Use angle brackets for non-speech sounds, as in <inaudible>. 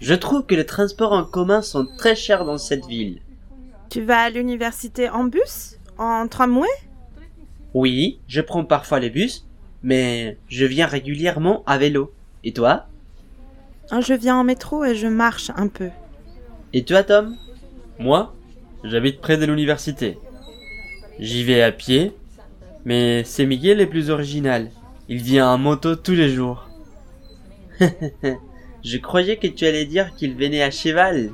Je trouve que les transports en commun sont très chers dans cette ville. Tu vas à l'université en bus En tramway Oui, je prends parfois les bus, mais je viens régulièrement à vélo. Et toi Ah, Je viens en métro et je marche un peu. Et toi, Tom Moi, j'habite près de l'université. J'y vais à pied, mais c'est Miguel est plus original. Il vient en moto tous <laughs> les jours. Je croyais que tu allais dire qu'il venait à cheval.